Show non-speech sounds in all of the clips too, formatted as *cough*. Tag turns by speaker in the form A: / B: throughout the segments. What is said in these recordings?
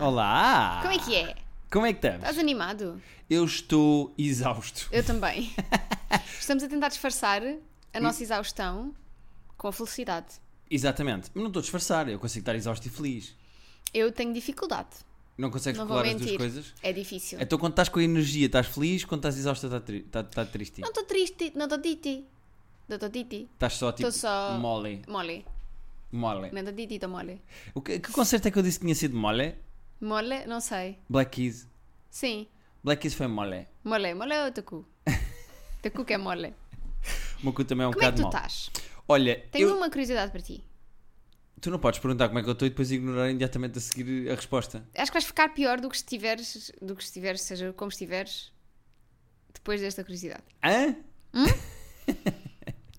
A: Olá!
B: Como é que é?
A: Como é que estamos?
B: Estás animado?
A: Eu estou exausto.
B: Eu
A: *laughs*
B: também. Estamos a tentar disfarçar a nossa exaustão com a felicidade.
A: Exatamente. Mas não estou a disfarçar, eu consigo estar exausto e feliz.
B: Eu tenho dificuldade,
A: Não consegues
B: não vou
A: colar as duas
B: mentir.
A: coisas?
B: É difícil.
A: Então quando estás com a energia estás feliz, quando estás exausto estás tri tá- tá triste.
B: Não estou triste, não estou titi. Não estou titi.
A: Estás só tipo
B: Estou só-
A: mole.
B: Mole.
A: Mole.
B: Não estou titi, estou mole.
A: O que, que concerto é que eu disse que tinha sido mole?
B: Mole, não sei.
A: Black Keys.
B: Sim.
A: Black Keys foi mole.
B: Mole, mole é o teu
A: *laughs*
B: cu. teu cu que é mole.
A: O meu cu também é um
B: Como é que
A: bocado
B: tu
A: mole.
B: estás?
A: Olha,
B: Tenho
A: eu-
B: uma curiosidade para ti.
A: tu não podes perguntar como é que eu estou e depois ignorar imediatamente a seguir a resposta.
B: Acho que vais ficar pior do que estiveres, do que estiveres, seja como estiveres, depois desta curiosidade.
A: Hã?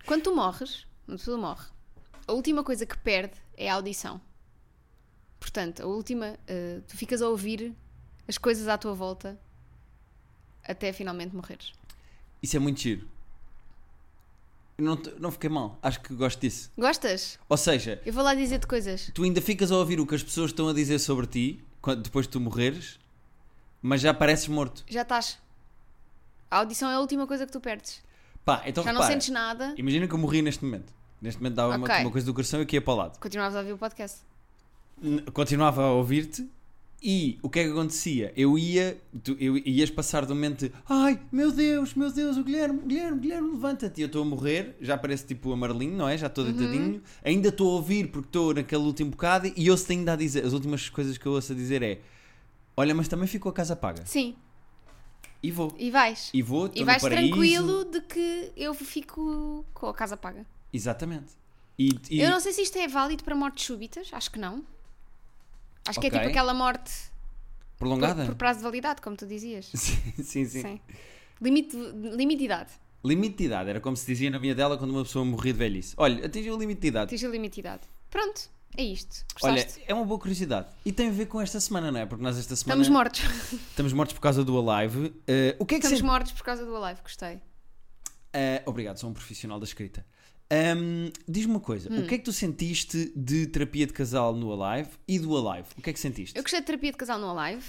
B: Quando tu morres, uma pessoa morre, a última coisa que perde é a audição. Portanto, a última, eh, tu ficas a ouvir as coisas à tua volta até finalmente morreres.
A: Isso é muito giro. Eu não, te- não fiquei mal, acho que gosto disso.
B: Gostas?
A: Ou seja,
B: Eu vou lá dizer-te coisas.
A: tu ainda ficas a ouvir o que as pessoas estão a dizer sobre ti quando- depois de tu morreres, mas já pareces morto.
B: Já estás. A audição é a última coisa que tu perdes.
A: Pá, então
B: Já não
A: repara,
B: sentes nada,
A: imagina que eu morri neste momento. Neste momento dava uma,
B: Ok.
A: uma coisa do coração e eu que ia para o lado.
B: continuavas a ouvir o podcast.
A: N- Continuava a ouvir-te e o que é que acontecia? Eu ia, tu, eu ias passar do momento de, ai meu Deus, meu Deus, o Guilherme, Guilherme, Guilherme, levanta-te. E eu estou a morrer, já parece tipo amarelinho, não é? Já
B: Uhum.
A: estou deitadinho, ainda estou a ouvir porque estou naquele último bocado e ouço-te ainda a dizer. As últimas coisas que eu ouço a dizer é: olha, mas também ficou a casa paga.
B: Sim,
A: E vou.
B: e vais.
A: E vou, estou
B: E
A: no
B: vais
A: paraíso.
B: tranquilo de que eu fico com a casa paga.
A: Exatamente. E, e-
B: Eu não sei se isto é válido para mortes súbitas, acho que não. Acho que é
A: Ok.
B: tipo aquela morte por,
A: prolongada?
B: por prazo de validade, como tu dizias.
A: *laughs* Sim, sim, sim.
B: Sim. Limite, limite de idade.
A: Limite de idade, era como se dizia na minha dela quando uma pessoa morria de velhice. Olha, atingiu o limite de idade.
B: Atinge o limite de idade. Pronto, é isto.
A: Olha,
B: Gostaste?
A: é uma boa curiosidade. E tem a ver com esta semana, não é? Porque nós esta semana
B: Estamos
A: *laughs*
B: mortos.
A: estamos mortos por causa do Alive. Eh, o que é que
B: Estamos
A: sente-
B: mortos por causa do Alive, gostei.
A: Eh, obrigado, sou um profissional da escrita. Ahm, Diz-me uma coisa,
B: Hum.
A: o que é que tu sentiste de terapia de casal no Alive e do Alive? O que é que sentiste?
B: Eu gostei de terapia de casal no Alive.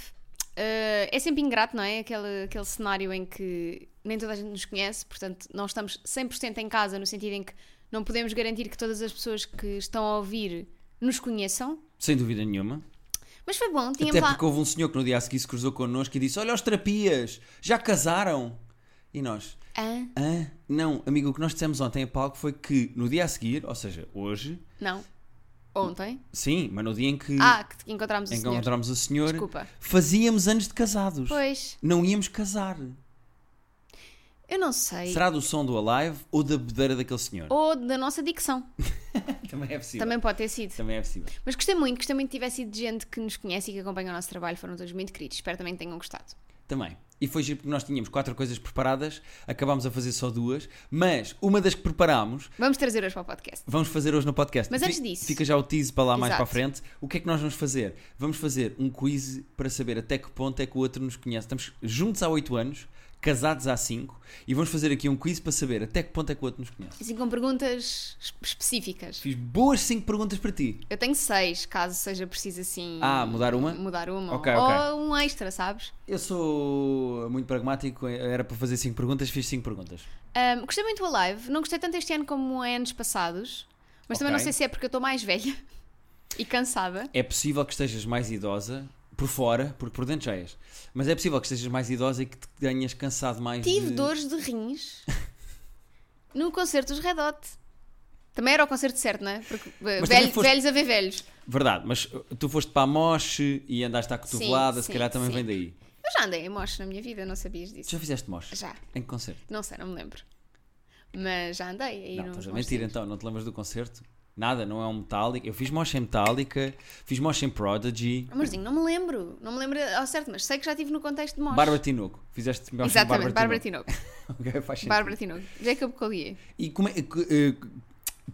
B: Uh, é sempre ingrato, não é? Aquele, aquele cenário em que nem toda a gente nos conhece, portanto, não estamos 100% em casa, no sentido em que não podemos garantir que todas as pessoas que estão a ouvir nos conheçam.
A: Sem dúvida nenhuma.
B: Mas foi bom, tínhamos
A: Até
B: lá.
A: porque houve um senhor que no dia a seguir se cruzou connosco e disse: Olha, os terapias, já casaram. E nós,
B: Hã?
A: ah, não, amigo, o que nós dissemos ontem a palco foi que no dia a seguir, ou seja, hoje,
B: Não. Ontem?
A: sim, mas no dia em que
B: Ah, que encontramos o
A: em que
B: senhor.
A: Hum. encontramos Então o senhor,
B: Desculpa.
A: fazíamos anos de casados.
B: Pois,
A: Não íamos casar.
B: eu não sei.
A: Será do som do Alive ou da bedeira daquele senhor?
B: Ou da nossa dicção.
A: Também é possível.
B: Oh. Também pode ter sido.
A: Também é possível.
B: Mas gostei muito, gostei muito que tivesse sido gente que nos conhece e que acompanha o nosso trabalho. Foram todos muito queridos. Espero também que tenham gostado.
A: Também. E foi giro porque nós tínhamos quatro coisas preparadas, acabámos a fazer só duas, mas uma das que preparámos
B: Vamos trazer hoje para o podcast.
A: vamos fazer hoje no podcast.
B: Mas
A: Fi-
B: antes disso-
A: Fica já o tease para lá mais
B: Exato.
A: para a frente. O que é que nós vamos fazer? Vamos fazer um quiz para saber até que ponto é que o outro nos conhece. Estamos juntos há 8 anos, casados há 5, e vamos fazer aqui um quiz para saber até que ponto é que o outro nos conhece.
B: Assim, com perguntas es- específicas.
A: Fiz boas 5 perguntas para ti.
B: Eu tenho seis, caso seja preciso assim.
A: Ah, mudar uma?
B: Mudar uma.
A: Ok,
B: ou
A: ok.
B: um extra, sabes?
A: Eu sou muito pragmático, era para fazer 5 perguntas, fiz 5 perguntas.
B: Ahm, gostei muito do live. Não gostei tanto este ano como em anos passados. Mas também não
A: Ok.
B: sei se é porque eu estou mais velha *laughs* e cansada.
A: É possível que estejas mais idosa por fora, porque por dentro já és, mas é possível que estejas mais idosa e que te ganhas cansado mais.
B: Tive
A: de...
B: dores de rins no concerto dos Red Hot. Também era o concerto certo, não é? Porque eh,
A: Mas também
B: velho-
A: foste-
B: velhos a ver velhos.
A: Verdade, mas uh, tu foste para a moche e andaste à cotovelada, se
B: sim,
A: calhar também
B: sim.
A: vem daí.
B: Eu já andei em moche na minha vida, não sabias
A: Tu
B: disso.
A: já fizeste moche?
B: Já.
A: Em que concerto?
B: Não sei, não me lembro. Mas já andei aí nos
A: não, estás a
B: mochinhos.
A: mentir então, não te lembras do concerto? Nada, não é um Metallica. Eu fiz moche em Metallica, fiz moche em Prodigy,
B: Amorzinho, não me lembro. Não me lembro ao certo, mas sei que já estive no contexto de moche.
A: Bárbara Tinoco. Fizeste moche em
B: Exatamente, Bárbara
A: Bárbara Tinoco.
B: Tinoco.
A: *laughs* Ok, faz sentido.
B: Bárbara Tinoco. Jacob Collier.
A: E como é, que, eh,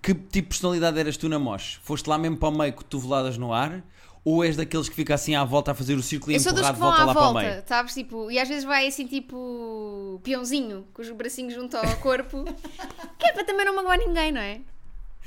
A: que tipo de personalidade eras tu na Mosh? Foste lá mesmo para o meio, cotoveladas no ar? Ou és daqueles que fica assim à volta a fazer o círculo e
B: Eu sou dos
A: empurrar
B: que
A: de
B: vão
A: volta
B: à
A: lá para o meio?
B: volta, sabes? Tipo, e às vezes vai assim, tipo, peãozinho, com os bracinhos junto
A: *laughs*
B: ao corpo. que é para também não magoar ninguém, não é?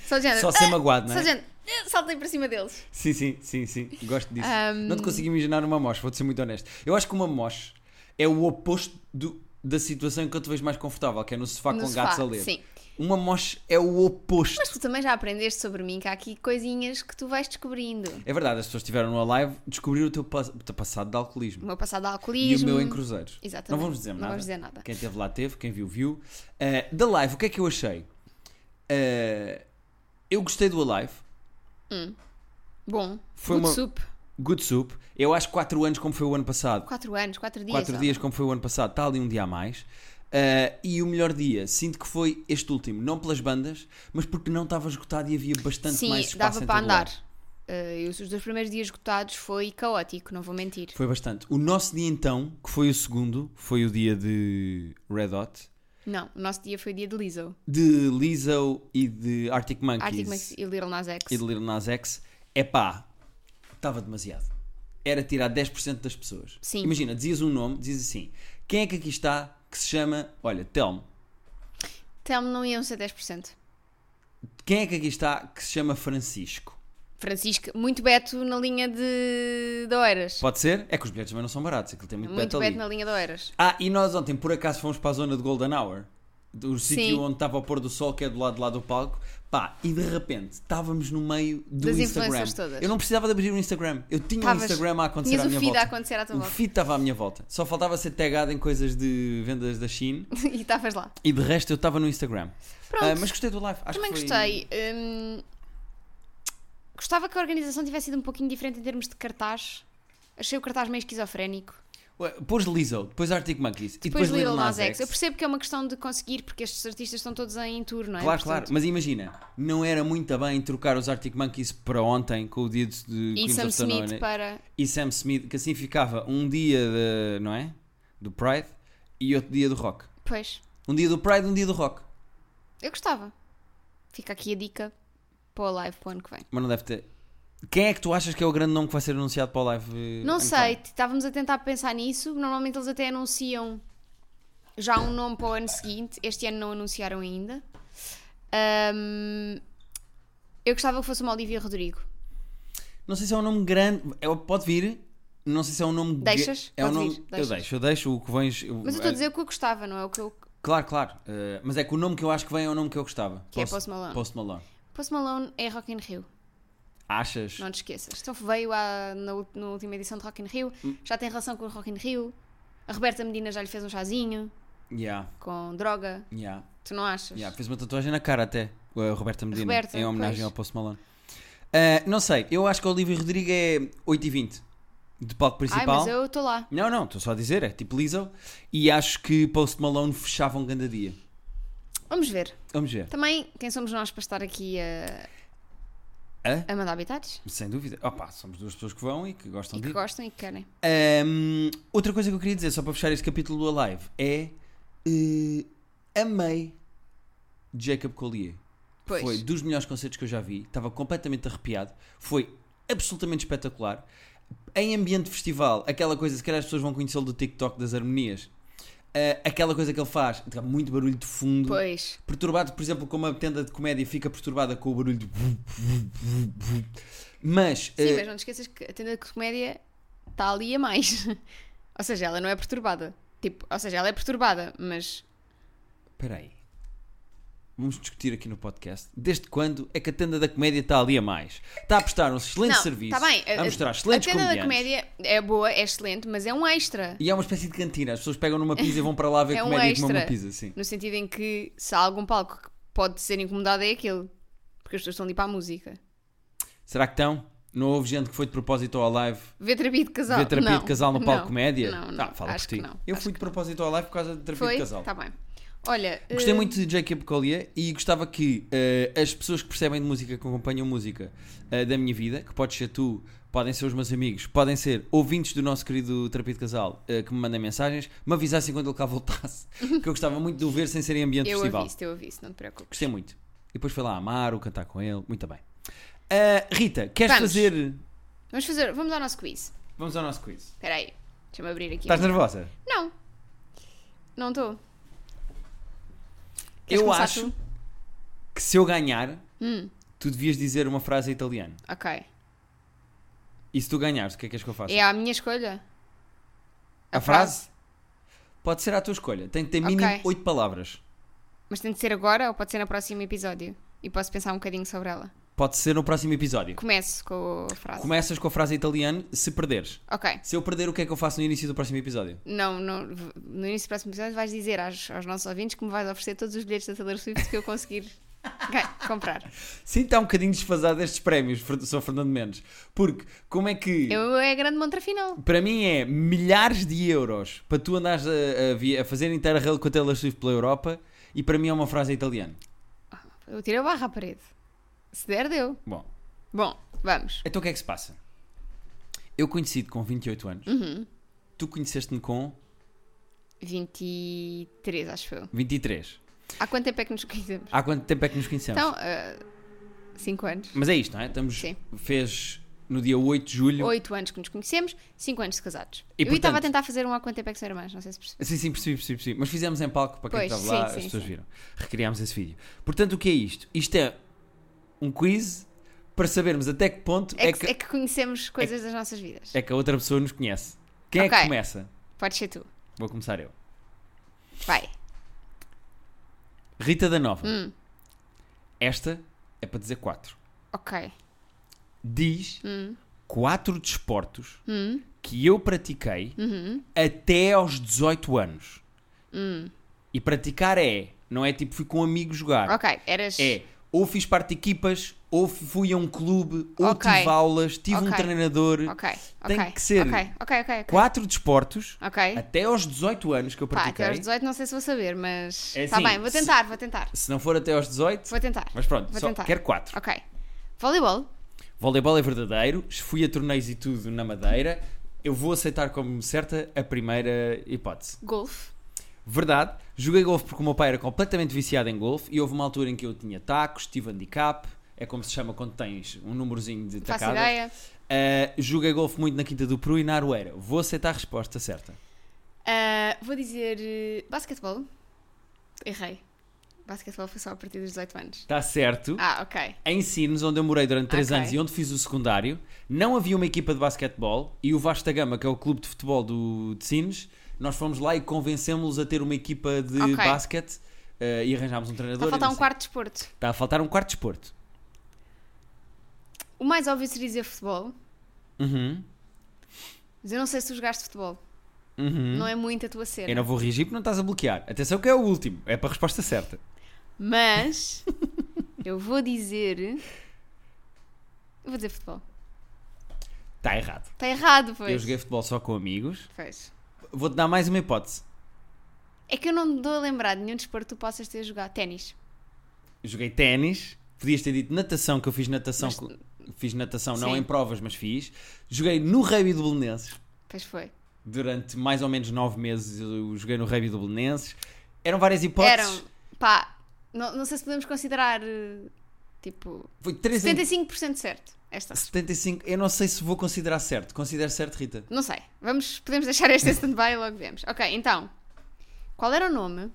B: Só de género.
A: Só ser magoado, não
B: Só *laughs*
A: é?
B: de género. eh, saltem para cima deles.
A: Sim, sim, sim, sim. Gosto disso.
B: Ahm.
A: Não te consigo imaginar uma mosh, vou-te ser muito honesto. Eu acho que uma mosh é o oposto do- da situação em que eu te vejo mais confortável, que é no sofá
B: No
A: com
B: sofá,
A: gatos a ler.
B: sim.
A: Uma mosh é o oposto.
B: Mas tu também já aprendeste sobre mim que há aqui coisinhas que tu vais descobrindo.
A: É verdade, as pessoas que estiveram no live descobriram o teu, pas- o teu passado de
B: O
A: alcoolismo.
B: meu passado de
A: E o
B: alcoolismo.
A: meu em cruzeiros.
B: Exatamente.
A: Não vamos dizer
B: Não
A: nada.
B: vamos dizer nada.
A: Quem teve lá teve, quem viu, viu. Eh, da live, o que é que eu achei? Eh, eu gostei do Alive.
B: Bom,
A: Foi
B: foi good
A: uma-
B: soup.
A: Good Soup. Eu acho 4 anos como foi o ano passado.
B: 4 anos, 4 dias.
A: 4
B: ó.
A: dias como foi o ano passado. Está ali um dia a mais. Eh, e o melhor dia, sinto que foi este último. Não pelas bandas, mas porque não estava esgotado e havia bastante
B: Sim,
A: mais espaço
B: dava
A: em
B: para
A: todo lado.
B: andar. Eh, e os os dois primeiros dias esgotados foi caótico, não vou mentir.
A: Foi bastante. O nosso dia então, que foi o segundo, foi o dia de Red Hot,
B: Não, o nosso dia foi o dia de Lizzo.
A: de Lizzo e de Arctic Monkeys,
B: Arctic Monkeys e Little Nas X.
A: e de Lil Nas X. Epá, estava demasiado. Era tirar 10% das pessoas.
B: Sim.
A: Imagina, dizias um nome, dizias assim, quem é que aqui está que se chama, olha, Telmo.
B: Telmo não um iam ser 10%.
A: Quem é que aqui está que se chama Francisco?
B: Francisco, muito Beto na linha de, de Oeiras.
A: Pode ser? É que os bilhetes também não são baratos, aquilo tem muito,
B: Muito
A: beto
B: Beto
A: ali.
B: na linha de Oeiras. *laughs*
A: Ah, e nós ontem por acaso fomos para a zona de Golden Hour, do
B: Sim.
A: sítio onde estava o pôr do sol, que é do lado de lá do palco. Pá, e de repente estávamos no meio do
B: Das
A: Instagram.
B: influencers todas.
A: Eu não precisava de abrir o Instagram. Eu tinha o
B: Estavas-
A: Instagram a acontecer
B: Tinhas
A: à
B: o
A: minha
B: feed
A: volta.
B: a acontecer à tua
A: O
B: volta.
A: feed estava à minha volta. Só faltava ser tagado em coisas de vendas da China
B: e estavas lá.
A: e de resto eu estava no Instagram.
B: Pronto.
A: Ah, mas gostei do live. Acho
B: Também
A: que foi-
B: gostei. Hum, gostava que a organização tivesse sido um pouquinho diferente em termos de cartaz. Achei o cartaz meio esquizofrénico.
A: Ué, Pôs Lizzo, depois Arctic Monkeys e
B: Depois,
A: depois
B: Lil Nas X. Eu percebo que é uma questão de conseguir, porque estes artistas estão todos em tour, não é?
A: Claro,
B: Portanto,
A: claro, mas imagina, não era muito bem trocar os Arctic Monkeys para ontem com o dia de, de
B: E
A: Queens
B: Sam
A: of the
B: Smith para.
A: e Sam Smith, que assim ficava um dia de, não é? do Pride e outro dia do rock.
B: Pois.
A: Um dia do Pride, um dia do rock.
B: Eu gostava. Fica aqui a dica para o live para o ano que vem.
A: Mas não deve ter. Quem é que tu achas que é o grande nome que vai ser anunciado para o live? eh,
B: Não
A: ano que
B: sei,
A: vem?
B: t- estávamos a tentar pensar nisso. Normalmente eles até anunciam já um nome para o ano seguinte. Este ano não anunciaram ainda. Ahm, eu gostava que fosse uma Olivia Rodrigo.
A: Não sei se é um nome grande. É, pode vir. Não sei se é um nome. gra-
B: Deixas?
A: É um
B: Pode
A: nome...
B: vir,
A: Eu
B: deixas.
A: deixo, eu deixo o que vens. eu-
B: Mas eu estou a
A: eh,
B: dizer o que eu gostava, não é o que eu.
A: Claro, claro. eh, mas é que o nome que eu acho que vem é o nome que eu gostava.
B: Que é Post Malone.
A: Post Malone.
B: Post Malone é Rock in Rio.
A: Achas?
B: Não te esqueças. Então veio à, na, ult- na última edição de Rock in Rio,
A: Hum.
B: já tem relação com o Rock in Rio. A Roberta Medina já lhe fez um chazinho
A: Yeah,
B: com droga.
A: yeah,
B: Tu não achas?
A: yeah. Fez uma tatuagem na cara até. A Roberta Medina.
B: Roberta,
A: em homenagem
B: pois.
A: ao Post Malone. Eh, não sei. Eu acho que o Olivia Rodrigo é 8h20 de palco
B: Ai,
A: principal.
B: mas eu estou lá.
A: Não, não. Estou só a dizer. É tipo Lizzo. E acho que Post Malone fechava um grande dia.
B: Vamos ver.
A: Vamos ver.
B: Também, quem somos nós para estar aqui a,
A: Hã?
B: a mandar habitats?
A: Sem dúvida. Opa, somos duas pessoas que vão e que gostam
B: E
A: de
B: que
A: ir.
B: gostam e que querem.
A: Ahm, outra coisa que eu queria dizer, só para fechar este capítulo do Alive, é. eh, amei Jacob Collier.
B: Pois.
A: Foi dos melhores concertos que eu já vi. Estava completamente arrepiado. Foi absolutamente espetacular. Em ambiente de festival, aquela coisa, se calhar as pessoas vão conhecê-lo do TikTok das harmonias. Ah, aquela coisa que ele faz, muito barulho de fundo.
B: Pois.
A: Perturbado, por exemplo, como uma tenda de comédia fica perturbada com o barulho de. Mas.
B: Sim,
A: eh,
B: mas não te esqueças que a tenda de comédia está ali a mais. *laughs* ou seja, ela não é perturbada. Tipo, ou seja, ela é perturbada, mas
A: Espera aí. Vamos discutir aqui no podcast. Desde quando é que a tenda da comédia está ali a mais? Está a prestar um excelente
B: não,
A: serviço.
B: tá bem.
A: a, mostrar excelentes
B: A tenda da
A: comediantes.
B: comédia é boa, é excelente, mas é um extra.
A: E é uma espécie de cantina. As pessoas pegam numa pizza e vão para lá ver
B: *laughs* É um
A: comédia e comem
B: extra.
A: uma pizza. Sim.
B: No sentido em que se há algum palco que pode ser incomodado é aquele. Porque as pessoas estão ali para a música.
A: Será que estão? Não houve gente que foi de propósito ao live
B: Ver terapia de casal.
A: ver terapia
B: não,
A: de casal no palco
B: não,
A: comédia?
B: Não, não.
A: Tá, fala
B: acho
A: por ti.
B: que não.
A: Eu
B: Acho
A: fui de propósito ao live por causa de
B: que
A: terapia
B: foi.
A: de casal.
B: Tá bem. Olha.
A: Gostei
B: eh,
A: muito de Jacob Collier e gostava que eh, as pessoas que percebem de música, que acompanham música eh, da minha vida, que podes ser tu, podem ser os meus amigos, podem ser ouvintes do nosso querido terapia de casal eh, que me mandem mensagens, me avisassem quando ele cá voltasse, *laughs* que eu gostava muito de o ver sem ser em ambiente de
B: Eu
A: festival.
B: aviso, eu aviso, não te preocupes.
A: Gostei muito. E depois foi lá a Amaro, cantar com ele, muito bem. Eh, Rita, queres
B: Vamos.
A: fazer.
B: Vamos fazer, vamos ao nosso quiz.
A: Vamos ao nosso quiz.
B: Espera aí, deixa-me abrir aqui.
A: Estás nervosa?
B: Não, não estou.
A: eu acho que se eu ganhar, tu devias dizer uma frase em italiano.
B: Hum, Ok.
A: E se tu ganhares, o que é que és que eu faço?
B: É a minha escolha?
A: a frase? Pode ser à tua escolha. Tem que ter mínimo
B: Ok.
A: oito 8 palavras.
B: Mas tem de ser agora ou pode ser no próximo episódio? E posso pensar um bocadinho sobre ela.
A: Pode ser no próximo episódio.
B: Começo com a frase.
A: Começas com a frase em italiano se perderes.
B: Ok.
A: Se eu perder, o que é que eu faço no início do próximo episódio?
B: Não, não- no início do próximo episódio vais dizer aos, aos nossos ouvintes que me vais oferecer todos os bilhetes da Taylor Swift que eu conseguir *laughs* ga- comprar.
A: Sinto está um bocadinho desfasado estes prémios, Fer- sou Fernando Mendes. Porque como é que.
B: Eu, é a grande montra final.
A: Para mim é milhares de euros para tu andares a, a, via- a fazer interrail com a Taylor Swift pela Europa e para mim é uma frase em italiano.
B: Eu tirei a barra à parede. Se der, deu.
A: Bom,
B: Bom, vamos.
A: então o que é que se passa? Eu conheci-te com 28 anos,
B: Uhum.
A: tu conheceste-me com
B: 23, acho eu.
A: 23.
B: Há quanto tempo é que nos conhecemos?
A: Há quanto tempo é que nos conhecemos?
B: Então, 5 anos.
A: Mas é isto, não é? Estamos,
B: Sim.
A: fez no dia 8 de julho.
B: 8 anos que nos conhecemos, 5 anos de casados.
A: E,
B: eu estava a
A: portanto-
B: tentar fazer um há quanto tempo é que são irmãs, não sei se percebi.
A: Sim, sim, percebi, percebi, percebi. Mas fizemos em palco para quem
B: Pois,
A: estava lá,
B: sim,
A: as
B: sim,
A: pessoas
B: sim.
A: viram. Recriámos esse vídeo. Portanto, o que é isto? Isto é um quiz para sabermos até que ponto
B: É,
A: é
B: que,
A: que,
B: é que conhecemos coisas das nossas vidas.
A: é que a outra pessoa nos conhece. Quem é que
B: Ok.
A: começa?
B: Pode ser tu.
A: Vou começar eu.
B: Vai.
A: Rita da Nova.
B: Hum.
A: Esta é para dizer quatro.
B: Ok.
A: Diz
B: Hum.
A: quatro desportos
B: Hum.
A: que eu pratiquei
B: Uhum.
A: até aos 18 anos.
B: Hum.
A: E praticar é, não é tipo fui com um amigo jogar.
B: Ok, eras.
A: É, ou fiz parte de equipas, ou fui a um clube, ou
B: Ok.
A: tive aulas, tive um
B: Ok.
A: treinador.
B: Ok, ok.
A: Tem que ser.
B: Ok, ok, ok. ok.
A: Quatro desportos,
B: Ok.
A: até aos 18 anos que eu
B: Pá, até
A: pratiquei.
B: aos 18 não sei se vou saber, mas.
A: É
B: Está
A: assim,
B: bem, vou
A: se-
B: tentar, vou tentar.
A: Se não for até aos 18,
B: Vou tentar.
A: mas pronto,
B: Vou
A: só
B: tentar.
A: quero quatro.
B: Ok. Voleibol.
A: Voleibol é verdadeiro, fui a torneios e tudo na Madeira. Eu vou aceitar como certa a primeira hipótese.
B: Golfe.
A: Verdade, joguei golfe porque o meu pai era completamente viciado em golfe e houve uma altura em que eu tinha tacos, tive handicap, é como se chama quando tens um númerozinho de
B: Faço
A: tacada.
B: ideia.
A: Uh, joguei golfe muito na Quinta do Peru e na Arueira. Vou aceitar a resposta certa.
B: Ah, vou dizer. eh, basquetebol. Errei. Basquetebol foi só a partir dos 18 anos.
A: Está Tá certo.
B: Ah, ok.
A: Em Sines, onde eu morei durante 3
B: Ok.
A: anos e onde fiz o secundário, não havia uma equipa de basquetebol e o Vasta Gama, que é o clube de futebol do, de Sines, nós fomos lá e convencemos-los a ter uma equipa de
B: Ok.
A: basquete uh, e arranjámos um treinador.
B: Está a
A: e
B: faltar
A: não
B: um
A: sei-
B: quarto de desporto.
A: Está a faltar um quarto de esporto.
B: O mais óbvio seria dizer futebol,
A: Uhum.
B: mas eu não sei se tu jogaste futebol.
A: Uhum.
B: Não é muito a tua cena.
A: Eu não vou reagir porque não estás a bloquear. Atenção que é o último, é para a resposta certa. *laughs*
B: Mas eu vou dizer. Eu vou dizer futebol.
A: Está Tá errado.
B: Está errado, pois.
A: Eu joguei futebol só com amigos.
B: Pois.
A: Vou-te dar mais uma hipótese.
B: É que eu não me dou a lembrar de nenhum desporto que tu possas ter jogado. Ténis.
A: joguei ténis, podias ter dito natação, que eu fiz natação,
B: Mas-
A: co- fiz natação não
B: Sim.
A: em provas, mas fiz. Joguei no Rugby do Belenenses
B: Pois foi.
A: durante mais ou menos nove meses. Eu joguei no Rugby do Belenenses. Eram várias hipóteses.
B: Eram. Pá, não, não sei se podemos considerar. eh, Tipo.
A: Foi 3 em
B: 75% certo. Esta.
A: 75. Eu não sei se vou considerar certo. Considero certo, Rita.
B: Não sei. Vamos, podemos deixar este em stand-by e logo vemos. Ok, então. Qual era o nome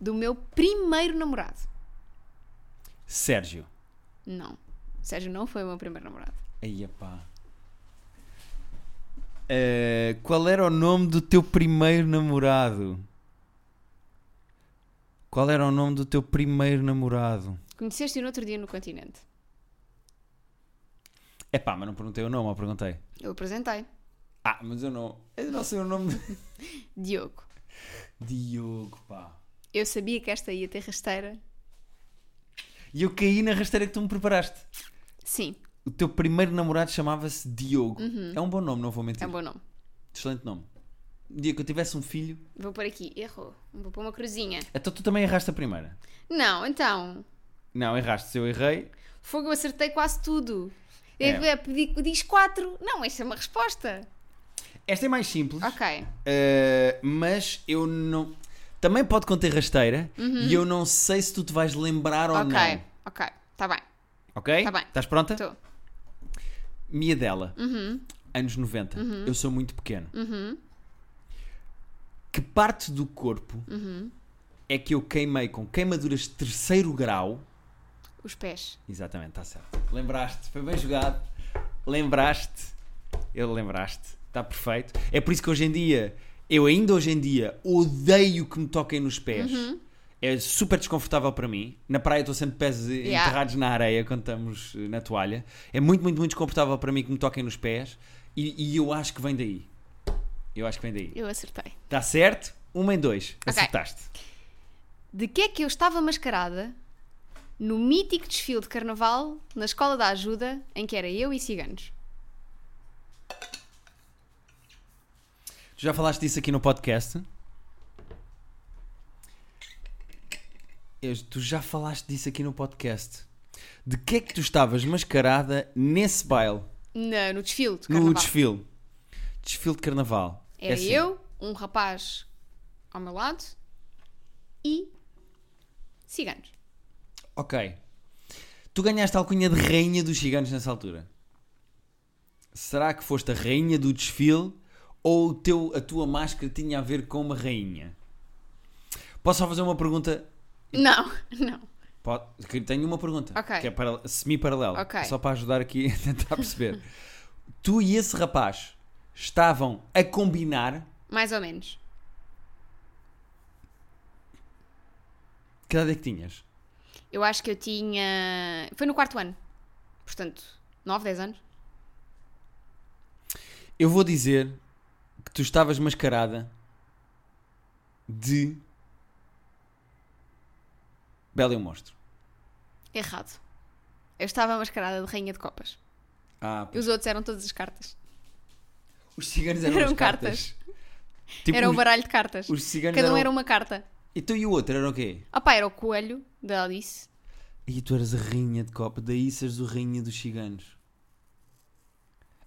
B: do meu primeiro namorado?
A: Sérgio.
B: Não. Sérgio não foi o meu primeiro namorado.
A: Aí, pá. Eh, qual era o nome do teu primeiro namorado? Qual era o nome do teu primeiro namorado?
B: Conheceste-o no outro dia no continente.
A: É pá, mas não perguntei o nome, eu perguntei.
B: Eu apresentei.
A: Ah, mas eu não. Eu não sei o nome.
B: Diogo.
A: *laughs* Diogo, pá.
B: Eu sabia que esta ia ter rasteira.
A: E eu caí na rasteira que tu me preparaste.
B: Sim,
A: O teu primeiro namorado chamava-se Diogo. É um bom nome, não vou mentir.
B: Uhum. é um bom nome.
A: Excelente nome. Um dia que eu tivesse um filho.
B: Vou pôr aqui. Errou. Vou pôr uma cruzinha.
A: Então tu também erraste a primeira.
B: Não, então.
A: Não, erraste. Se eu errei.
B: Fogo, eu acertei quase tudo.
A: É.
B: Eu- eu pedi- Diz quatro. Não, esta é uma resposta.
A: Esta é mais simples.
B: Ok.
A: eh, mas eu não. Também pode conter rasteira. E eu não sei se tu te vais lembrar ou
B: Uhum. ok.
A: Oh, não.
B: Ok. Tá bem.
A: Ok?
B: Tá bem.
A: Estás pronta?
B: Estou.
A: Mia dela.
B: Uhum.
A: Anos 90. Eu sou muito pequeno. Que parte do
B: Uhum.
A: corpo é que eu queimei com queimaduras de terceiro grau
B: Os pés.
A: Exatamente, está certo. Lembraste, foi bem jogado. Lembraste, ele lembraste, está perfeito. É por isso que hoje em dia, eu ainda hoje em dia odeio que me toquem nos pés.
B: Uhum.
A: É super desconfortável para mim. Na praia estou sempre de pés
B: Yeah.
A: enterrados na areia quando estamos eh, na toalha. É muito, muito, muito desconfortável para mim que me toquem nos pés e, e eu acho que vem daí. Eu acho que vem daí.
B: Eu acertei.
A: Está certo? Uma em dois.
B: Ok.
A: Acertaste.
B: De que é que eu estava mascarada no mítico desfile de carnaval na escola da ajuda em que era eu e ciganos?
A: Tu já falaste disso aqui no podcast? Eu- tu já falaste disso aqui no podcast. De que é que tu estavas mascarada nesse baile?
B: Na, no desfile de
A: No
B: carnaval.
A: desfile. Desfile de carnaval. É
B: Era
A: assim,
B: eu, um rapaz ao meu lado e ciganos.
A: Ok. Tu ganhaste a alcunha de rainha dos gigantes nessa altura. Será que foste a rainha do desfile ou o teu, a tua máscara tinha a ver com uma rainha? Posso só fazer uma pergunta
B: Não, *laughs* não.
A: Pode- que Tenho uma pergunta.
B: Ok.
A: Que é para, semi-paralela.
B: Ok.
A: Só para ajudar aqui *laughs* a tentar perceber. tu e esse rapaz estavam a combinar.
B: Mais ou menos.
A: Que idade é que tinhas?
B: Eu acho que eu tinha. Foi no quarto ano. Portanto, 9, 10 anos.
A: Eu vou dizer que tu estavas mascarada de. Bela e o Monstro.
B: Errado. Eu estava mascarada de rainha de copas.
A: Ah,
B: E os outros eram todas as cartas.
A: os ciganos eram,
B: Eram
A: as cartas. Tipo,
B: era o
A: os,
B: baralho de cartas.
A: os ciganos
B: Cada um
A: eram...
B: era uma carta.
A: Então e o outro era o quê?
B: Ah pá, era o coelho da Alice.
A: E tu eras a rainha de copa, daí seres o rainha dos ciganos.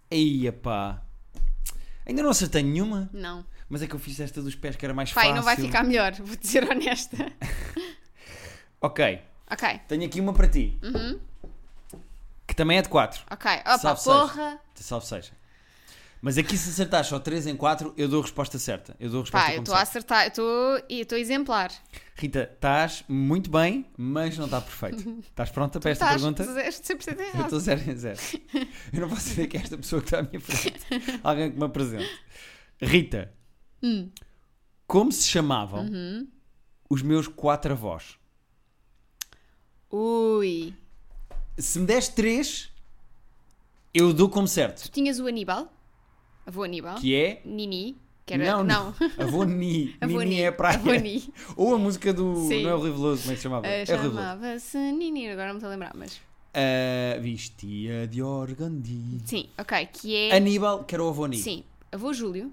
A: Eia pá. Ainda não acertei nenhuma,
B: Não.
A: mas é que eu fiz esta dos pés que era mais
B: Pai,
A: fácil.
B: não vai ficar melhor, vou dizer *laughs* honesta.
A: Ok,
B: ok,
A: tenho aqui uma para ti.
B: Uhum.
A: Que também é de 4.
B: ok. Opa,
A: Salve
B: porra.
A: Salve seja. Mas aqui se acertar só 3 em 4, eu dou a resposta certa. Eu dou a resposta
B: Pá, eu
A: como
B: estou a
A: certa.
B: acertar, eu estou- eu estou exemplar.
A: Rita, estás muito bem, mas não está perfeito. Estás pronta para esta
B: Estás
A: pergunta?
B: 100%
A: Eu
B: errado.
A: estou zero em zero. Eu não posso dizer que é esta pessoa que está à
B: *laughs*
A: minha frente. Alguém que me apresente. Rita.
B: Hum.
A: Como se chamavam
B: Uhum.
A: os meus quatro avós?
B: Ui.
A: Se me des três, eu dou como certo.
B: Tu tinhas o Aníbal? Avô Aníbal?
A: Que é...
B: Nini? é Que era...
A: Não,
B: não.
A: Avô Ni.
B: *laughs* Avô
A: Nini
B: Ni.
A: é a praia.
B: Avô Ni.
A: Ou a música do
B: Sim.
A: Noel Riveloso, como é que se chamava?
B: Ah,
A: *laughs* é Riveloso.
B: Chamava-se Nini, agora não me estou a lembrar, mas.
A: Ah, vestia de organdi.
B: Sim, ok. Que é.
A: Aníbal, que era o avô Ni.
B: Sim. Avô Júlio.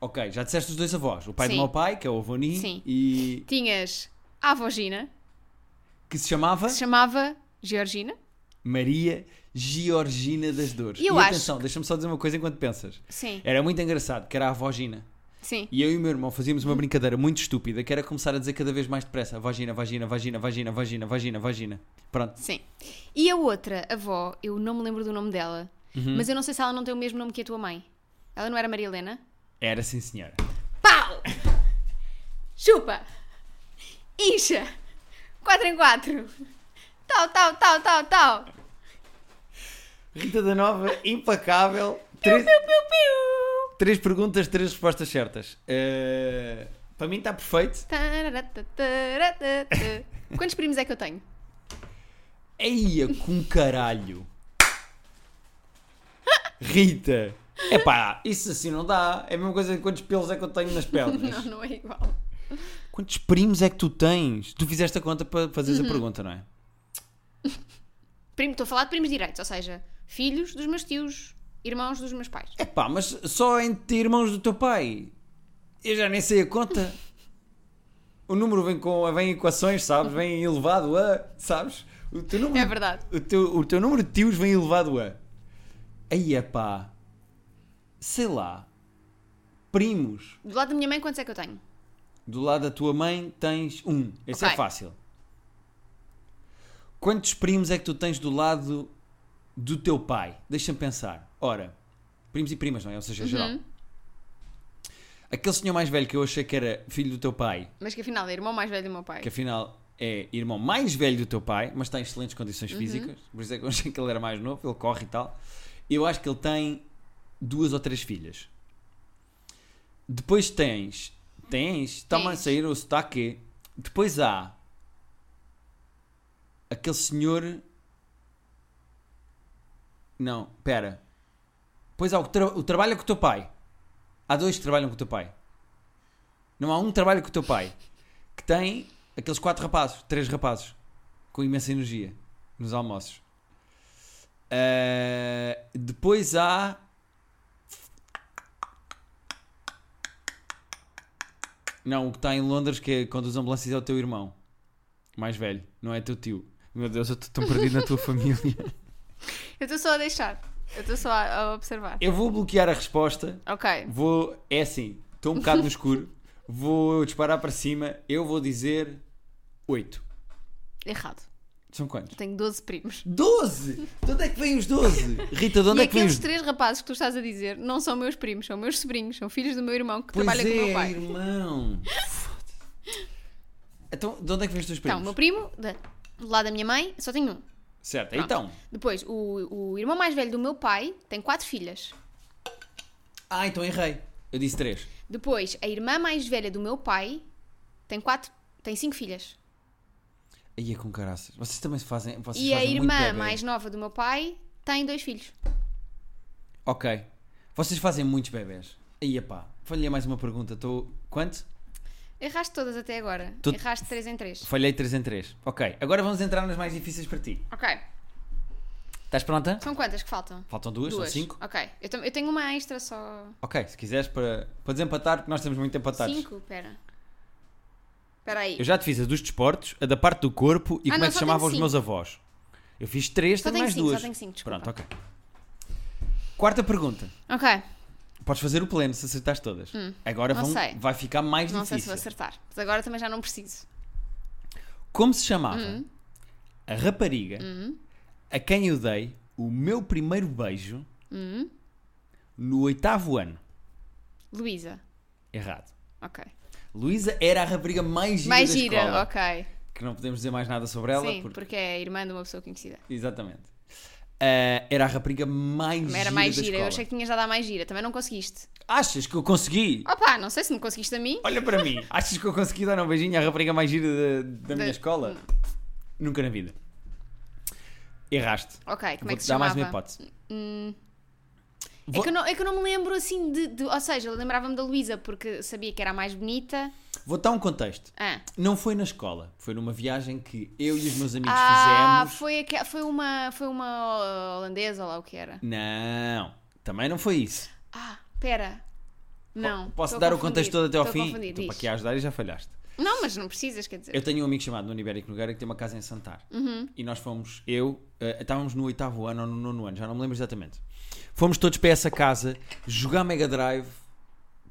A: Ok, já disseste os dois avós. O pai
B: Sim.
A: do meu pai, que é o avô Ni.
B: Sim.
A: E
B: Tinhas a avó Gina,
A: que se chamava...
B: que se chamava Georgina.
A: Maria Georgina das Dores.
B: E eu
A: e
B: acho
A: atenção, deixa-me só dizer uma coisa enquanto pensas.
B: Sim,
A: Era muito engraçado, que era a avó Gina.
B: sim.
A: E eu e o meu irmão fazíamos uma brincadeira muito estúpida, que era começar a dizer cada vez mais depressa: vagina, vagina, vagina, vagina, vagina, vagina, vagina. Pronto.
B: Sim. E a outra avó, eu não me lembro do nome dela, mas eu não sei se ela não tem o mesmo nome que a tua mãe. Ela não era Maria Helena?
A: Era sim, senhora.
B: Pau! Chupa! Incha! 4 em 4! Tal, tal, tal, tal, tal!
A: Rita da Nova, implacável.
B: Piu,
A: Três,
B: piu, piu!
A: três perguntas, três respostas certas. Eh, para mim está perfeito.
B: Tararatatarata. Quantos primos é que eu tenho?
A: Eia, com caralho. Rita. Epá, isso assim não dá. É a mesma coisa de quantos pelos é que eu tenho nas pernas.
B: Não, não é igual.
A: *laughs* Quantos primos é que tu tens? Tu fizeste a conta para fazeres a pergunta, não é?
B: Primo, estou a falar de primos direitos, ou seja, filhos dos meus tios, irmãos dos meus pais.
A: Epá, mas só entre irmãos do teu pai. Eu já nem sei a conta. O número vem com vem em equações, sabes? Vem elevado a, sabes? O teu número,
B: É verdade.
A: O teu, o teu número de tios vem elevado a. Aí, epá. Sei lá. Primos.
B: Do lado da minha mãe, quantos é que eu tenho?
A: Do lado da tua mãe tens um. Esse é
B: Ok.
A: fácil. Quantos primos é que tu tens do lado do teu pai? Deixa-me pensar. Ora, primos e primas, não é? Ou seja, geral. Aquele senhor mais velho que eu achei que era filho do teu pai,
B: Mas que afinal é irmão mais velho do meu pai.
A: que afinal é irmão mais velho do teu pai, mas está em excelentes condições físicas, por isso é que eu achei que ele era mais novo, ele corre e tal. Eu acho que ele tem duas ou três filhas. Depois tens, tens, está-me a
B: Tens.
A: sair o sotaque. Depois há aquele senhor. Não, pera. Pois há o que tra- o trabalha com o teu pai. Há dois que trabalham com o teu pai. Não há um que trabalha com o teu pai. Que tem aqueles quatro rapazes, três rapazes, com imensa energia nos almoços. Ah, depois há. Não, o que está em Londres que conduz ambulâncias é o teu irmão. Mais velho, não é teu tio. Meu Deus, eu estou tão perdido *laughs* na tua família.
B: Eu estou só a deixar. Eu estou só a, a observar.
A: Eu vou bloquear a resposta
B: Ok.
A: Vou. É assim, estou um bocado no escuro. Vou disparar para cima. Eu vou dizer 8.
B: Errado.
A: São quantos?
B: Eu tenho 12 primos.
A: 12! De onde é que vêm os 12? Rita, de onde
B: e
A: é que vêm
B: aqueles
A: os
B: três rapazes que tu estás a dizer não são meus primos, são meus sobrinhos, são filhos do meu irmão que
A: Pois
B: trabalha com o meu
A: é,
B: pai.
A: irmão. Foda-se. Então, de onde é que vêm os teus
B: Então,
A: primos?
B: o meu primo, da- do lado da minha mãe, só tenho um.
A: Certo,
B: Pronto.
A: então.
B: Depois, o, o irmão mais velho do meu pai tem quatro filhas.
A: Ah, então errei. Eu disse 3.
B: Depois, a irmã mais velha do meu pai tem quatro, tem cinco filhas.
A: Aí é com caraças. Vocês também se fazem. Vocês
B: E a
A: fazem muito
B: irmã
A: bebé.
B: mais nova do meu pai tem dois filhos.
A: Ok. Vocês fazem muitos bebés. Aí, pá. Falhei mais uma pergunta. Estou. Quanto?
B: Erraste todas até agora.
A: Tu-
B: Erraste três em três.
A: Falhei 3 em 3. Ok. Agora vamos entrar nas mais difíceis para ti.
B: Ok.
A: Estás pronta?
B: São quantas que faltam?
A: Faltam duas, são cinco.
B: Ok. Eu, tam- eu tenho uma extra só.
A: Ok, se quiseres para, para desempatar, porque nós estamos muito empatados.
B: Cinco? Pera. Espera aí.
A: Eu já te fiz a dos desportos, a da parte do corpo e
B: Ah,
A: como
B: não,
A: é que
B: só
A: se chamavam
B: tenho
A: os
B: cinco.
A: meus avós. Eu fiz três,
B: Só
A: tenho
B: tenho
A: mais
B: cinco, só
A: duas.
B: tenho cinco, desculpa.
A: Pronto, ok. Quarta pergunta.
B: Ok.
A: Podes fazer o pleno se acertares todas. Agora
B: Hum. não
A: vão-
B: sei.
A: vai ficar mais
B: Não sei se
A: difícil.
B: vou acertar. Mas agora também já não preciso.
A: Como se chamava
B: Hum.
A: a rapariga a quem eu dei o meu primeiro beijo
B: Hum.
A: no oitavo ano?
B: Luísa.
A: Errado.
B: Ok.
A: Luísa era a rapariga mais gira
B: Mais
A: da
B: gira,
A: escola.
B: ok.
A: Que não podemos dizer mais nada sobre ela
B: Sim,
A: porque
B: porque é irmã de uma pessoa conhecida.
A: Exatamente. Ah, era a rapariga mais
B: Mas
A: gira
B: Era mais
A: da
B: gira, eu
A: escola.
B: achei que tinhas dado a mais gira, também não conseguiste.
A: Achas que eu consegui?
B: Opa, não sei se me conseguiste a mim.
A: Olha para mim. Achas que eu consegui dar um beijinho à rapariga mais gira da, da minha
B: Da- Hum.
A: escola? Nunca na vida. Erraste.
B: Ok, como é
A: Vou-te
B: que se
A: dar
B: chamava?
A: mais uma hipótese.
B: É,
A: Vou-
B: que eu não, é que eu não me lembro assim de. de- ou seja, eu lembrava-me da Luísa porque sabia que era a mais bonita.
A: Vou dar um contexto.
B: Ah,
A: Não foi na escola. Foi numa viagem que eu e os meus amigos
B: Ah,
A: fizemos.
B: foi, aque- foi, uma, foi uma holandesa ou lá o que era.
A: Não. Também não foi isso.
B: Ah, pera. Não.
A: Posso
B: estou a
A: dar o
B: confundir,
A: contexto todo até ao
B: estou a
A: fim?
B: confundir,
A: Estou para
B: diz.
A: aqui a ajudar e já falhaste.
B: Não, mas não precisas, quer dizer.
A: Eu tenho um amigo chamado Nuno Ibérico Nogueira que tem uma casa em Santar.
B: Uhum.
A: E nós fomos, eu, eh, estávamos no oitavo ano ou no nono ano, já não me lembro exatamente. Fomos todos para essa casa, jogar Mega Drive,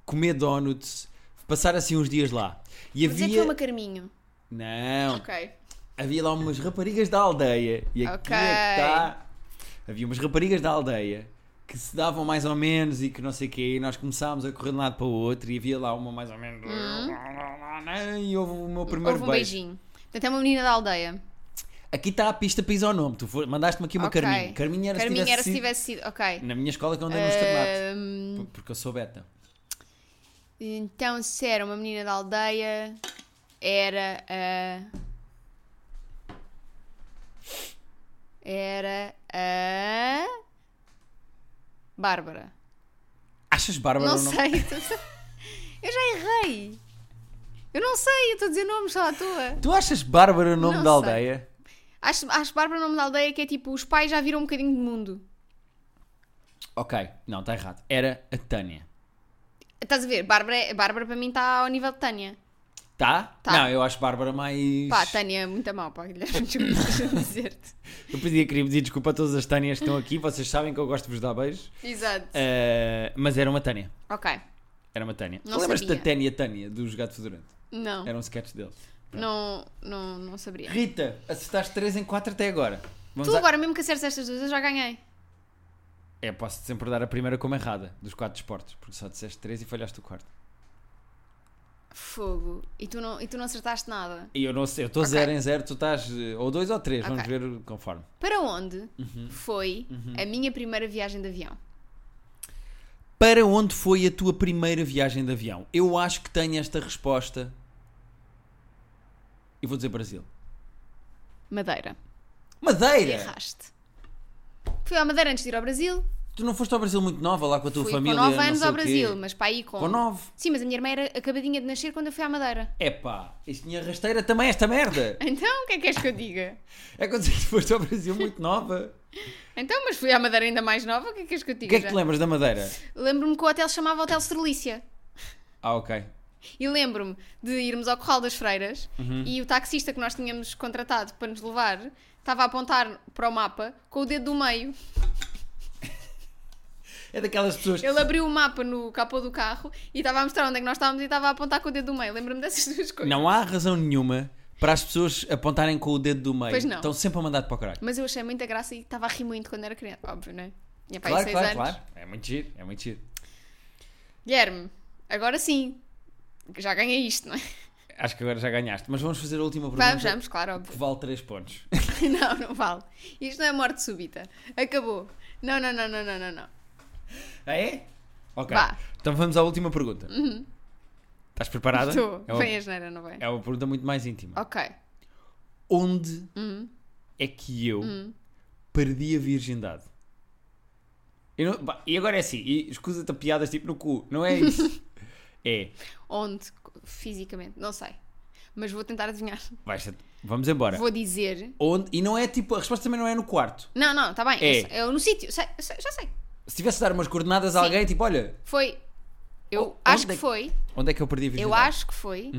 A: comer donuts, passar assim uns dias lá. E
B: Mas é que
A: havia.
B: foi uma Carminho.
A: Não,
B: Ok.
A: havia lá umas raparigas da aldeia. E aqui
B: Ok.
A: é que está. Havia umas raparigas da aldeia que se davam mais ou menos e que não sei o quê. E nós começámos a correr de um lado para o outro e havia lá uma mais ou menos. *laughs* E houve o meu primeiro
B: Hum. Houve um
A: beijo.
B: beijinho. Portanto, é uma menina da aldeia.
A: Aqui está a pista para isonome. Tu for- mandaste-me aqui uma
B: Ok.
A: Carminho. Carminho era
B: Carminho
A: se tivesse,
B: era se
A: sido-
B: tivesse Hum. sido. Ok.
A: Na minha escola que eu andei no externato.
B: Ahm,
A: Por- Porque eu sou beta.
B: então, se era uma menina da aldeia, era ah, a. Era a. Bárbara.
A: Achas Bárbara
B: Não
A: ou não?
B: sei. tu- *laughs* Eu já errei. Eu não sei, eu estou a dizer nomes só à toa.
A: Tu achas Bárbara o nome
B: Não
A: da
B: sei.
A: aldeia?
B: Acho, acho Bárbara o nome da aldeia que é tipo: os pais já viram um bocadinho de mundo.
A: Ok, não, está errado. Era a Tânia.
B: Estás a ver? Bárbara, é- Bárbara para mim está ao nível de Tânia.
A: Tá?
B: Tá.
A: Não, eu acho Bárbara mais.
B: Pá, Tânia é muito mal, pá, Guilherme, *laughs* deixa-me dizer-te.
A: Eu podia querer pedir desculpa a todas as Tânias que estão aqui. Vocês sabem que eu gosto de vos dar beijos.
B: Exato.
A: Eh, mas era uma Tânia.
B: Ok.
A: Era uma Tânia.
B: Não
A: Lembras-te da
B: sabia.
A: Tânia Tânia, do Jogado Fedorante?
B: Não,
A: Era um sketch deles.
B: não, não, não saberia.
A: Rita, acertaste 3 em 4 até agora. Vamos
B: Tu
A: à-
B: agora, mesmo que acertes estas duas, eu já ganhei.
A: É, posso sempre dar a primeira como errada, dos quatro desportos, porque só disseste três e falhaste o quarto.
B: Fogo. E tu não, e tu não acertaste nada.
A: E eu não sei, eu estou
B: Ok.
A: 0 em 0, tu estás eh, ou 2 ou 3, vamos
B: Ok.
A: ver conforme.
B: Para onde
A: Uhum.
B: foi a minha primeira viagem de avião?
A: Para onde foi a tua primeira viagem de avião? Eu acho que tenho esta resposta. Eu vou dizer Brasil.
B: Madeira. E
A: Madeira!
B: erraste. Fui à Madeira antes de ir ao Brasil.
A: Tu não foste ao Brasil muito nova lá com a tua
B: Fui
A: família?
B: com 9
A: não
B: anos
A: sei
B: ao
A: o quê.
B: Brasil, mas para aí com.
A: Com 9?
B: Sim, mas a minha irmã era acabadinha de nascer quando eu fui à Madeira.
A: Epá, isto tinha rasteira também, esta merda!
B: Então, o que é que és que eu diga?
A: É quando tu foste ao Brasil muito nova.
B: Então, mas fui à Madeira ainda mais nova, o que é que és que eu
A: O
B: diga?
A: que é que
B: já?
A: te lembras da Madeira?
B: Lembro-me que o hotel se chamava Hotel Estrelícia.
A: Ah, ok.
B: E lembro-me de irmos ao Corral das Freiras
A: Uhum.
B: e o taxista que nós tínhamos contratado para nos levar estava a apontar para o mapa com o dedo do meio.
A: É daquelas pessoas.
B: Ele abriu o mapa no capô do carro e estava a mostrar onde é que nós estávamos e estava a apontar com o dedo do meio. Lembro-me dessas *laughs* duas coisas.
A: Não há razão nenhuma para as pessoas apontarem com o dedo do meio.
B: Pois não.
A: Estão sempre a mandar-te para o caralho.
B: Mas eu achei muita graça e estava a rir muito quando era criança, óbvio, não é? Tinha para aí
A: Claro,
B: seis
A: claro,
B: anos.
A: claro. É muito giro, é muito giro.
B: Guilherme, agora sim. Já ganhei isto, não é?
A: Acho que agora já ganhaste, mas vamos fazer a última pergunta.
B: Vamos, vamos, claro, óbvio. *laughs*
A: Que vale 3 pontos.
B: Não, não vale. Isto não é morte súbita. Acabou. Não, não, não, não, não, não, não.
A: Ah, é? Ok.
B: Vá. Uhum.
A: Então vamos à última pergunta. Estás preparada?
B: Estou.
A: É uma,
B: Vem a geneira, não vem?
A: é uma pergunta muito mais íntima.
B: Ok.
A: Onde
B: Hum.
A: é que eu perdi a virgindade? Eu não- pá, e agora é assim, e escusa-te a piadas tipo no cu, não
B: *laughs*
A: é isso? é,
B: Onde? Fisicamente? Não sei. Mas vou tentar adivinhar.
A: vais, vamos embora.
B: Vou dizer.
A: Onde, e não é tipo, a resposta também não é no quarto.
B: Não, não, está bem.
A: É.
B: Eu, sei- eu no sítio. Sei- sei- já sei.
A: Se tivesse de dar umas coordenadas a
B: Sim.
A: alguém, tipo, olha,
B: Foi. Eu
A: O-
B: acho
A: onde é
B: que
A: que-
B: foi.
A: onde é que eu perdi a virgindade?
B: Eu acho que foi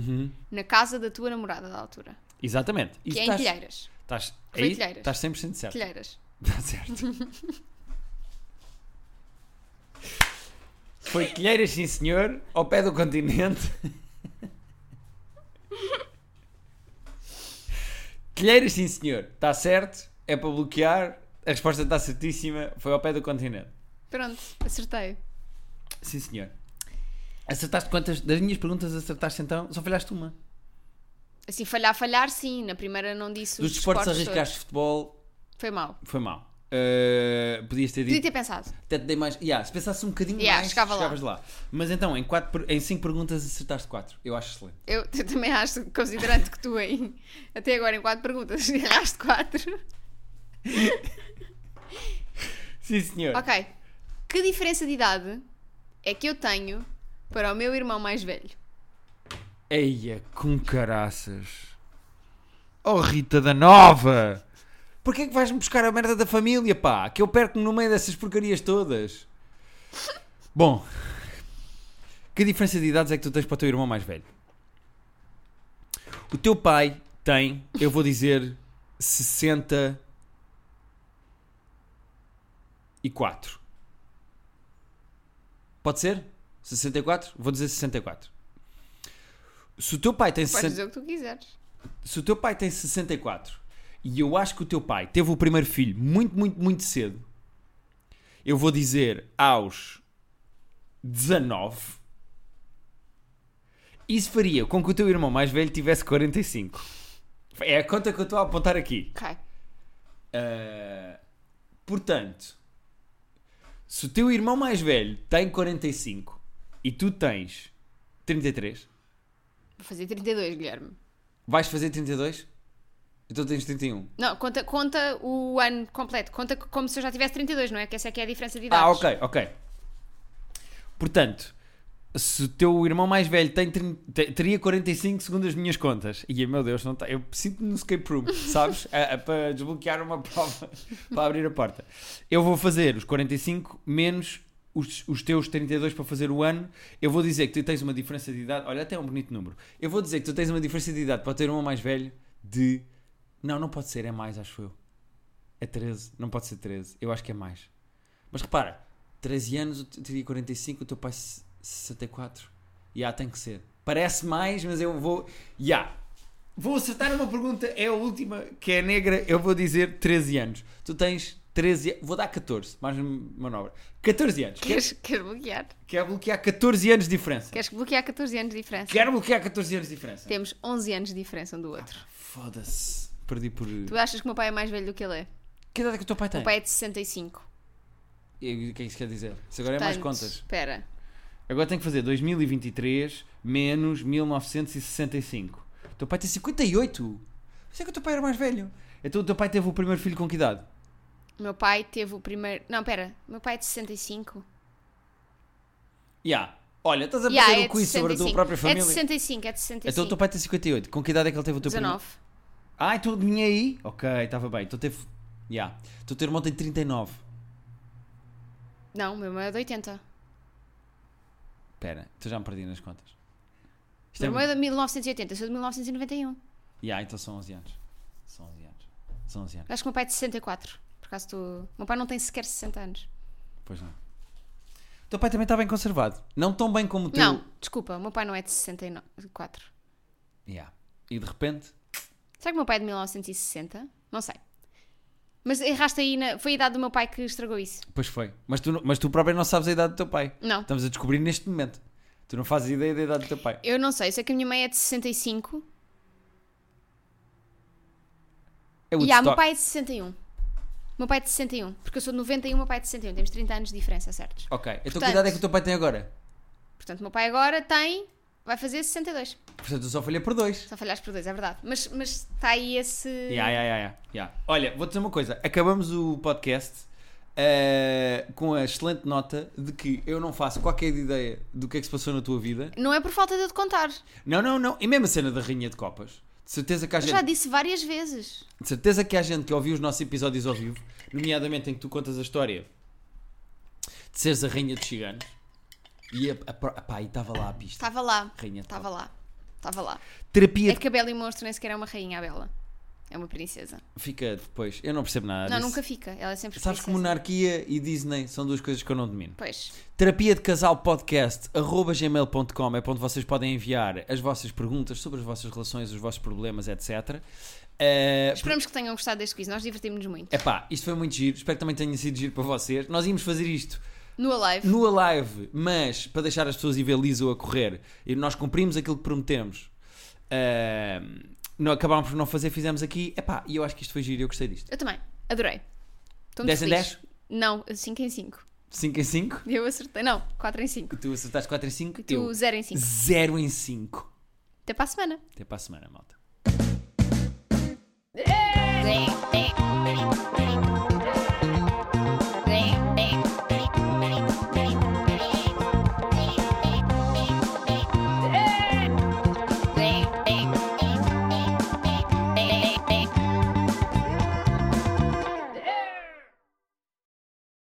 B: na casa da tua namorada da altura.
A: Exatamente.
B: Que
A: Isso
B: é em
A: estás-
B: Telheiras.
A: Estás,
B: Foi
A: aí,
B: Telheiras.
A: estás 100% certo.
B: Telheiras.
A: Está Tá *laughs* certo. Foi Telheiras, sim senhor, ao pé do continente. Telheiras, sim senhor, está certo, é para bloquear, a resposta está certíssima, foi ao pé do continente.
B: Pronto, acertei.
A: Sim senhor. Acertaste quantas? Das minhas perguntas acertaste então? Só falhaste uma.
B: Assim, falhar, falhar, sim. Na primeira não disse os
A: Dos
B: desportos
A: desportos
B: todos.
A: arriscaste futebol,
B: Foi mal.
A: foi mal. Uh, podias ter dito
B: Podia ter pensado.
A: Até te dei mais. Yeah, se pensasse um bocadinho
B: Yeah,
A: mais,
B: chegava lá.
A: chegavas lá. Mas então, em 5 em cinco perguntas acertaste 4. Eu acho excelente.
B: Eu, *laughs* eu também acho, considerando que tu em, até agora em quatro perguntas *laughs* erraste quatro.
A: Sim, senhor.
B: Ok. Que diferença de idade é que eu tenho para o meu irmão mais velho?
A: Eia, com caraças. Oh, Rita da Nova! Porquê é que vais-me buscar a merda da família, pá? Que eu perco-me no meio dessas porcarias todas. Bom, que diferença de idades é que tu tens para o teu irmão mais velho? O teu pai tem, eu vou dizer, 60 e 4. Pode ser? 64? Vou dizer 64. Se o teu pai tem
B: Podes
A: 60
B: dizer o que tu quiseres.
A: se o teu pai tem 64 e eu acho que o teu pai teve o primeiro filho muito, muito, muito cedo, eu vou dizer aos 19. Isso faria com que o teu irmão mais velho tivesse 45. É a conta que eu estou a apontar aqui.
B: Ok.
A: Ah, portanto, se o teu irmão mais velho tem 45 e tu tens 33,
B: Vou fazer 32, Guilherme.
A: vais fazer 32? Então tens 31.
B: Não, conta, conta o ano completo. Conta c- como se eu já tivesse 32, não é? Que essa é que é a diferença de idade.
A: Ah, ok, ok. Portanto, se o teu irmão mais velho tem, trin- te- teria 45 segundo as minhas contas. E meu Deus, não tá, eu sinto-me no escape room, *laughs* sabes? A- a- para desbloquear uma prova, *laughs* para abrir a porta. Eu vou fazer os 45 menos os, os teus 32 para fazer o ano. Eu vou dizer que tu tens uma diferença de idade. Olha, até é um bonito número. Eu vou dizer que tu tens uma diferença de idade para o teu irmão mais velho de. Não, não pode ser, é mais, acho eu. É 13, não pode ser 13. Eu acho que é mais. Mas repara, 13 anos, eu teria 45, o teu pai 64. Já, tem que ser. Parece mais, mas eu vou. Já. Vou acertar uma pergunta, é a última, que é negra. Eu vou dizer 13 anos. Tu tens 13 anos. Vou dar 14, mais uma manobra. 14 anos.
B: Queres, queres bloquear?
A: Quero bloquear 14 anos de diferença.
B: Queres bloquear 14 anos de diferença?
A: Quero bloquear 14 anos de diferença.
B: Temos 11 anos de diferença um do outro.
A: Ah, Foda-se. Perdi por.
B: Tu achas que o meu pai é mais velho do que ele é?
A: Que idade é que o teu pai
B: O
A: tem?
B: meu pai é de 65.
A: E o que é que isso quer dizer? Isso agora é mais
B: Portanto,
A: contas.
B: Espera.
A: Agora tenho que fazer 2023 menos 1965. O teu pai tem 58. Sei é que o teu pai era mais velho. Então o teu pai teve o primeiro filho com que idade?
B: O meu pai teve o primeiro. Não, espera. O meu pai é de 65.
A: Ya. Olha, estás a fazer
B: Yeah,
A: um quiz sobre a tua própria família.
B: É de 65, é de 65.
A: Então o teu pai tem 58. Com que idade é que ele teve o teu primeiro?
B: 19.
A: Ah, então adivinhei aí? Ok, estava bem. Então teve. Ya. Então o teu irmão tem 39.
B: Não, o meu irmão é de 80.
A: Espera, tu já me perdi nas contas.
B: O meu irmão é de 1980, eu sou de 1991.
A: Ya, então são 11 anos. São 11 anos. São 11 anos.
B: Acho que o meu pai é de 64. Por acaso tu. O meu pai não tem sequer 60 anos.
A: Pois não. O teu pai também está bem conservado. Não tão bem como o teu.
B: Não, desculpa, o meu pai não é de 64.
A: Ya. E de repente.
B: Será que o meu pai é de 1960? Não sei. Mas erraste aí, na... foi a idade do meu pai que estragou isso.
A: Pois foi. Mas tu, não- mas tu próprio não sabes a idade do teu pai.
B: Não,
A: Estamos a descobrir neste momento. Tu não fazes ideia da idade do teu pai.
B: eu não sei, eu sei que a minha mãe é de 65
A: É
B: e ah,
A: Woodstock.
B: meu pai é de 61. O meu pai é de 61, porque eu sou de 91, o meu pai é de 61, temos 30 anos de diferença, certos?
A: Ok. Então que
B: Portanto-
A: idade é que o teu pai tem agora?
B: Portanto, o meu pai agora tem, vai fazer 62.
A: Portanto, eu só falhei por dois.
B: Só falhaste por dois, é verdade. Mas mas está aí esse.
A: Ya, ya, ya, ya, ya. Olha, vou dizer uma coisa. Acabamos o podcast eh, com a excelente nota de que eu não faço qualquer ideia do que é que se passou na tua vida.
B: Não é por falta de eu te contar.
A: Não, não, não. E mesmo a cena da Rainha de Copas. De certeza que há
B: Eu
A: gente.
B: já disse várias vezes.
A: De certeza que há gente que ouviu os nossos episódios ao vivo, nomeadamente em que tu contas a história de seres a rainha dos ciganos. E a, a, pro- pá, e estava lá a pista.
B: Estava lá.
A: Rainha de
B: Estava lá. Estava lá.
A: Terapia
B: É que a Bela e o Monstro nem sequer é uma rainha, a Bela. É uma princesa.
A: de- fica depois. Eu não percebo nada
B: não,
A: disso.
B: nunca fica. Ela é sempre
A: Ah, Sabes que
B: princesa.
A: monarquia e Disney são duas coisas que eu não domino.
B: Pois.
A: Terapia de casal podcast arroba gmail.com é para onde vocês podem enviar as vossas perguntas sobre as vossas relações, os vossos problemas, etc. Eh,
B: Esperamos que tenham gostado deste quiz. Nós divertimos-nos muito.
A: Epá, isto foi muito giro. Espero que também tenha sido giro para vocês. Nós íamos fazer isto
B: No Alive.
A: no Alive, mas para deixar as pessoas ir ver Lizzo a correr, e nós cumprimos aquilo que prometemos, ahm, não acabámos por não fazer, fizemos aqui. Epá, e eu acho que isto foi giro, eu gostei disto.
B: Eu também. Adorei. Estou muito
A: 10 em
B: feliz.
A: 10?
B: Não, 5 em 5.
A: 5 em 5?
B: Eu acertei. Não, 4 em 5.
A: Tu acertaste 4 em 5?
B: Tu,
A: Eu
B: 0 em 5.
A: 0 em 5.
B: Até para a semana.
A: Até para a semana, malta.
B: Zé, zé, zé.